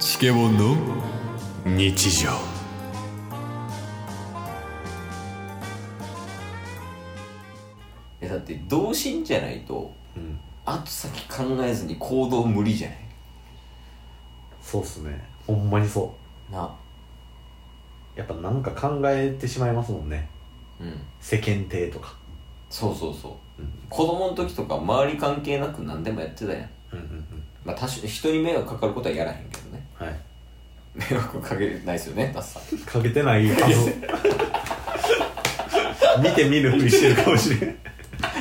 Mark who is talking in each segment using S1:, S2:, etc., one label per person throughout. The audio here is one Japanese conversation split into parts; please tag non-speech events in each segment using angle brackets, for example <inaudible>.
S1: チケボンの日常
S2: いやだって童心じゃないと
S3: うん
S2: 後先考えずに行動無理じゃない
S3: そうっすねほんまにそ
S2: な
S3: うやっぱなんか考えてしまいますもんね
S2: うん
S3: 世間体とか
S2: そうそうそう
S3: うん
S2: 子供の時とか周り関係なく何でもやってたやん
S3: うんうん
S2: まあ多少人に迷惑かかることはやらへんけどね
S3: うんはい
S2: 迷惑かけないですよねダッサン
S3: かけてないあの見て見ぬふりしてるかもしれん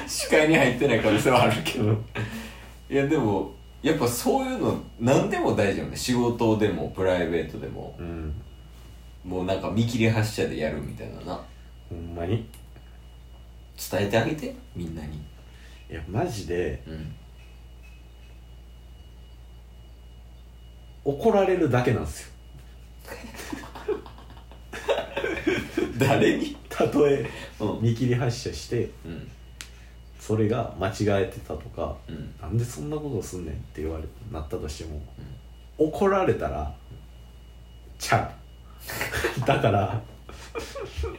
S2: 視界に入ってない可能性はあるけ
S3: う
S2: ど
S3: ん
S2: いやでもやっぱそういうの何でも大事よね仕事でもプライベートでも
S3: うん
S2: もうなんか見切り発車でやるみたいなな
S3: ほんまに
S2: 伝えてあげてみんなに
S3: いやマジで
S2: うん
S3: 怒られるだけなんですよ
S2: 誰に
S3: たとえ
S2: うん
S3: 見切り発車して
S2: うん
S3: それが間違えてたとか
S2: うん
S3: なんでそんなことすんねんって言われなったとしても、怒られたらちゃう <laughs> だから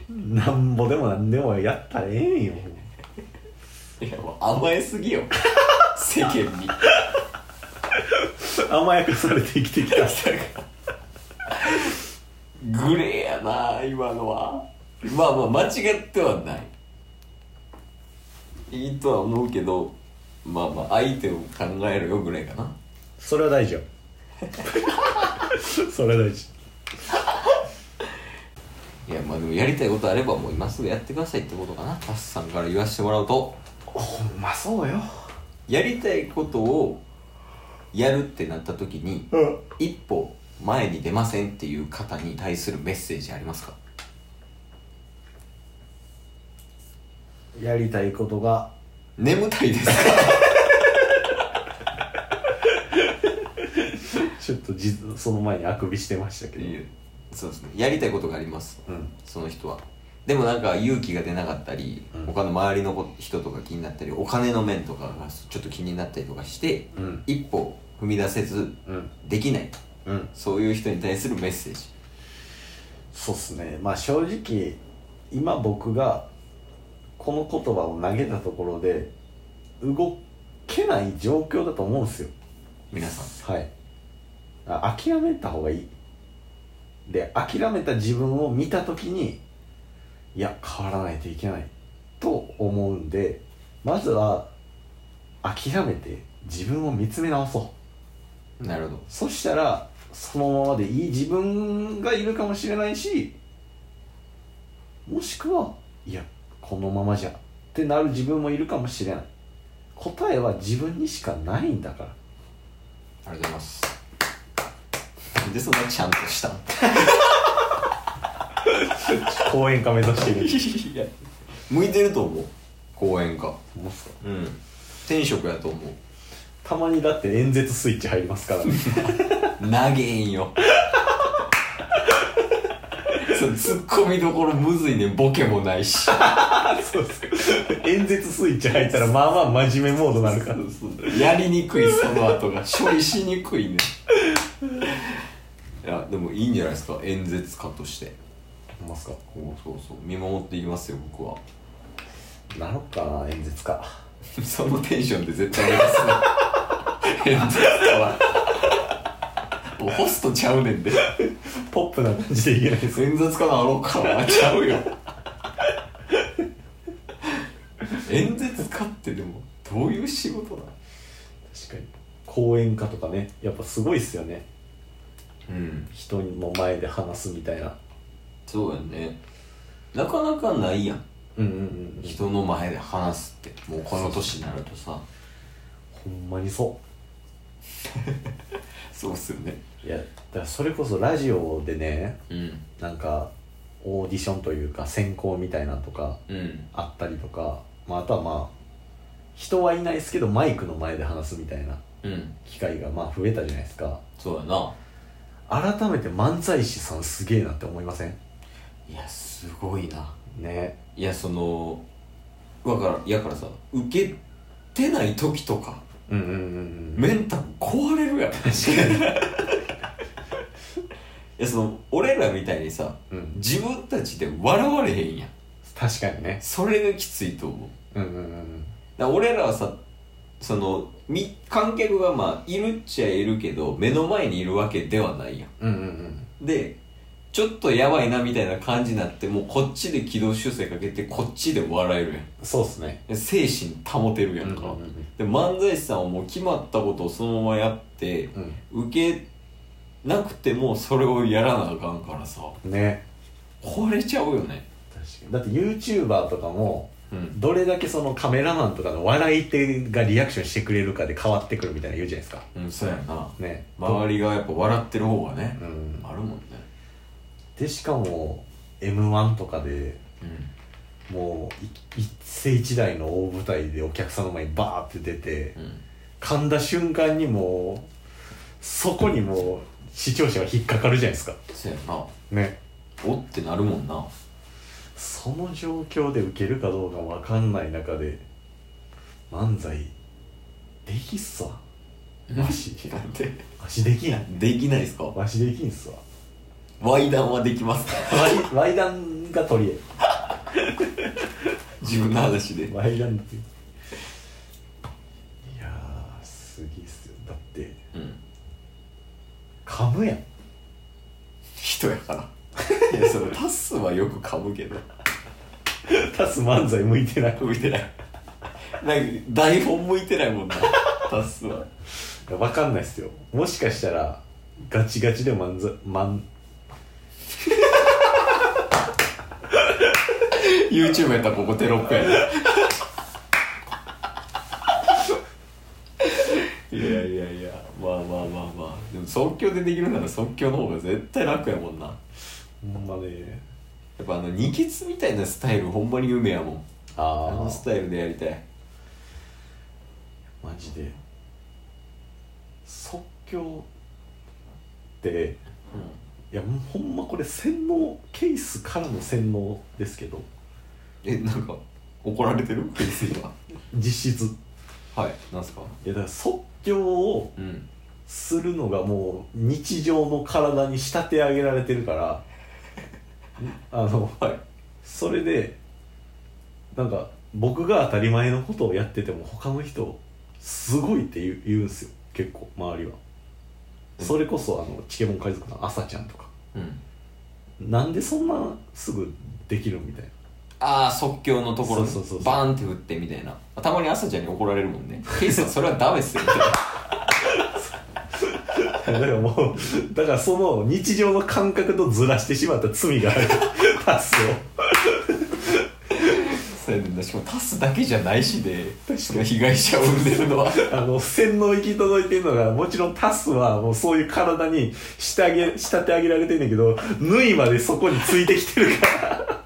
S3: なんぼでもなんでもやったらええんよ
S2: いやもう甘えすぎよ <laughs> 世間に
S3: 甘やかされて生きてきた
S2: グレーやな今のはまあまあ間違ってはないいいとは思うけどまあまあ相手を考えるよぐらいかな
S3: それは <laughs> 大事よそれは大事
S2: いやまあでもやりたいことあればもう今すぐやってくださいってことかなタスさんから言わせてもらうと
S3: ほんまそうよ
S2: やりたいことをやるってなった時に
S3: うん
S2: 一歩前に出ませんっていう方に対するメッセージありますか
S3: やりたいことが
S2: 眠たいですか
S3: ちょっとじその前にあくびしてましたけど
S2: そうですねやりたいことがあります
S3: うん
S2: その人はでもなんか勇気が出なかったり、
S3: うん
S2: 他の周りのこ人とか気になったりお金の面とかがちょっと気になったりとかして、
S3: うん
S2: 一歩踏み出せず
S3: うん
S2: できない
S3: うん
S2: そういう人に対するメッセージ
S3: そうっすねまあ正直今僕がこの言葉を投げたところで動けない状況だと思うんですよ
S2: 皆さん
S3: はいあ諦めた方がいいで諦めた自分を見た時にいや変わらないといけないと思うんでまずは諦めて自分を見つめ直そう
S2: なるほど
S3: そしたらそのままでいい自分がいるかもしれないしもしくはいやこのままじゃってなる自分もいるかもしれない答えは自分にしかないんだから
S2: ありがとうございますなんでそんなちゃんとしたん
S3: 講演家目指してる
S2: いや向いてると思う講演家
S3: もうさ
S2: うん転職やと思う
S3: たまにだって演説スイッチ入りますからね
S2: 長えんよ <laughs> そうツッコミどころむずいねボケもないし
S3: <laughs> そうそう演説スイッチ入ったらまあまあ真面目モードになるから
S2: やりにくいその後が処理しにくいねいやでもいいんじゃないですか演説家として
S3: いますか
S2: こうそうそう見守っていきますよ僕は <laughs>
S3: なろっかな演説家
S2: そのテンションで絶対目指す
S3: <laughs>
S2: な演説家はもうホストちゃうねんで
S3: ポップな感じでいけないです
S2: 演説家なろうかなちゃうよ演説家ってでもどういう仕事だ
S3: 確かに講演家とかねやっぱすごいっすよね
S2: うん
S3: 人の前で話すみたいな
S2: そうやねなかなかないやん
S3: うんうんうん
S2: 人の前で話すってもうこの年になるとさ
S3: ほんまにそ
S2: そうっすよね
S3: ういやだからそれこそラジオでね
S2: うん
S3: なんかオーディションというか選考みたいなとか
S2: うん
S3: あったりとか、まあ、あとはまあ人はいないですけどマイクの前で話すみたいな
S2: うん
S3: 機会がまあ増えたじゃないですか
S2: そうやな
S3: 改めて漫才師さんすげえなって思いません
S2: いやすごいな
S3: ね
S2: いやそのわからいやからさ受けてない時とか
S3: うんうんうんうん
S2: メンタル壊れるやん確かにやその俺らみたいにさ
S3: うん
S2: 自分たちで笑われへんやん
S3: 確かにね
S2: それがきついと思う
S3: うんうんうん
S2: だから俺らはさそのみ観客がまあいるっちゃいるけど目の前にいるわけではないや
S3: うんうんうん
S2: んでちょっとやばいなみたいな感じになってもうこっちで軌道修正かけてこっちで笑えるやん
S3: そうっすね
S2: で精神保てるやんか、
S3: うんうんうん
S2: で漫才師さんはもう決まったことをそのままやって
S3: う
S2: 受けなくてもそれをやらなあかんからさ
S3: んね
S2: 壊れちゃうよね
S3: 確かにだって YouTuber とかも
S2: うん
S3: どれだけそのカメラマンとかの笑い手がリアクションしてくれるかで変わってくるみたいな言うじゃないですか
S2: うんそうやな
S3: ね
S2: 周りがやっぱ笑ってる方がね、
S3: うん
S2: あるもんね
S3: でしかも m 1とかで
S2: うん
S3: もうい一世一代の大舞台でお客さんの前にバーって出て
S2: うん
S3: 噛んだ瞬間にもうそこにもう視聴者は引っかかるじゃないですか
S2: そうやな
S3: ね
S2: おってなるもんな
S3: その状況で受けるかどうか分かんない中で漫才できっすわマジ
S2: なんで
S3: わしできない
S2: できないですか
S3: わしできんっすわ
S2: ワイダンはできますか
S3: ワ <laughs> イワイダンが取り
S2: 自分の話で
S3: 柄ワイダンっていういやーすげえっすよだって
S2: うん
S3: 噛む <laughs> やん
S2: 人やからいやそのタスはよく噛むけど
S3: タス漫才向いてない
S2: 向いてないなんか台本向いてないもんなタスは
S3: 分かんないっすよもしかしたらガチガチで漫才漫
S2: YouTube やったらここテロップやでいやいやいやまあまあまあまあでも即興でできるなら即興の方が絶対楽やもんなや
S3: ほんまね
S2: っぱあの二ケツみたいなスタイルほんまに夢やもんあ
S3: あ
S2: の
S3: あ
S2: スタイルでやりたい
S3: マジで即興っていやもうほんまこれ洗脳ケースからの洗脳ですけど
S2: えなんか怒られてる別には
S3: 実質
S2: はいなんすか
S3: いやだから即興を
S2: うん
S3: するのがもう日常の体に仕立て上げられてるからあの
S2: はい
S3: それでなんか僕が当たり前のことをやってても他の人すごいって言う言うんすよ結構周りはそれこそあのチケモン海賊の朝ちゃんとか
S2: うん
S3: なんでそんなすぐできるみたいな
S2: ああ即興のところに
S3: そうそうそうそう
S2: バーンって振ってみたいなたまに朝ちゃんに怒られるもんね「ケイさんそれはダメっすよ」みたいな
S3: だからもうだからその日常の感覚とずらしてしまった罪がある <laughs> タスを
S2: そうやねんなしかもタスだけじゃないしでその被害者を生んでる
S3: <laughs>
S2: のは
S3: あの洗脳行き届いてるのがもちろんタスはもうそういう体にしてあげ仕立て上げられてんだけど縫いまでそこについてきてる <laughs> から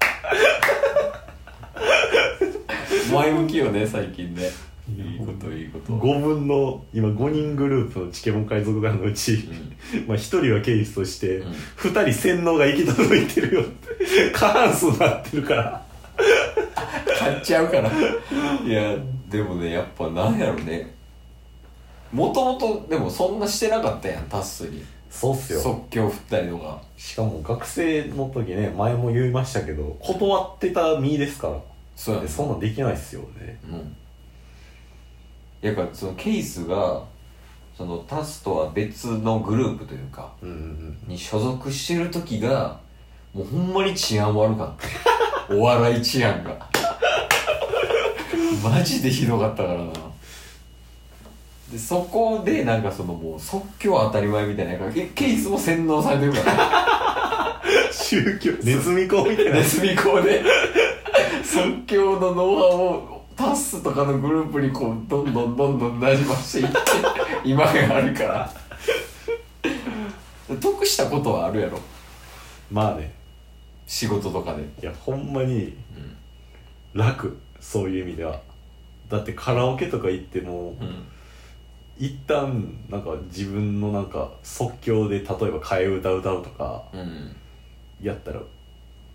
S2: 前向きよね最近ねいいこといいこと
S3: 5分の今5人グループのチケモン海賊団のうち、まあ1人はケイスとして、
S2: うん
S3: 二2人洗脳が行き届いてるよって <laughs> 過半数になってるから
S2: 買っちゃ
S3: <laughs>
S2: うからいやでもねやっぱなんやろねもともとでもそんなしてなかったやんタスに
S3: そうっす
S2: 即興振ったりとか
S3: しかも学生の時ね前も言いましたけど断ってた身ですから
S2: そうやね
S3: でそんなんできないっすよね
S2: うんやっぱそのケースがそのタスとは別のグループというか
S3: うんうん
S2: に所属してる時がもうほんまに治安悪かった <laughs> お笑い治安がマジでひどかったからなでそこでなんかそのもう即興は当たり前みたいななんかケケースも洗脳されてるから
S3: <laughs> 宗 <laughs> 教ネズミ講みたいな
S2: ネズミ講で即興のノウハウをタスとかのグループにこうどんどんどんどんなじましていって今があるから得したことはあるやろ
S3: まあね
S2: 仕事とかで
S3: いやほんまに楽、そういう意味ではだってカラオケとか行っても、
S2: うん
S3: 一旦なんか自分のなんか即興で例えば替え歌歌うとか
S2: うん
S3: やったらう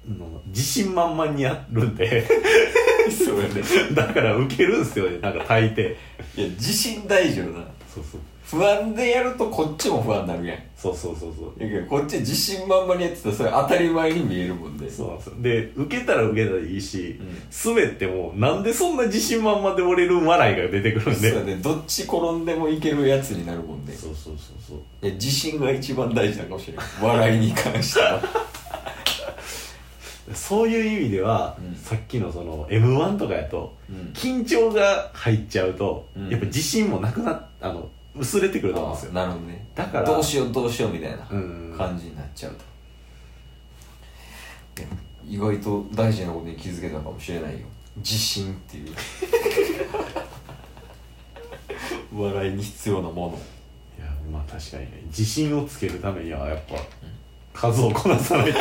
S3: ん自信満々にやるんで <laughs>
S2: そうやね
S3: だからウケるんすよねなんか大抵
S2: いや自信大事よな
S3: そうそう
S2: 不安でやるとこっちも不安になるやんや
S3: そうそうそうそう
S2: けどこっち自信満々にやってたらそれ当たり前に見えるもんで
S3: そうなんですよで受けたら受けたらいいし、
S2: うん
S3: 滑ってもなんでそんな自信満々で折れる笑いが出てくるんで
S2: そうやねどっち転んでもいけるやつになるもんで
S3: そうそうそうそう
S2: いや自信が一番大事なのかもしれない笑いに関しては
S3: <laughs> そういう意味では、
S2: うん
S3: さっきのその m 1とかやと
S2: うん
S3: 緊張が入っちゃうと、
S2: うん
S3: やっぱ自信もなくなっあの薄れてくると思うんですよ
S2: なるほどね
S3: だから
S2: どうしようどうしようみたいな
S3: うん
S2: 感じになっちゃうと、でも意外と大事なことに気づけたかもしれないよ自信っていう笑いに必要なもの
S3: いやまあ確かにね自信をつけるためにはやっぱ、数をこなさないと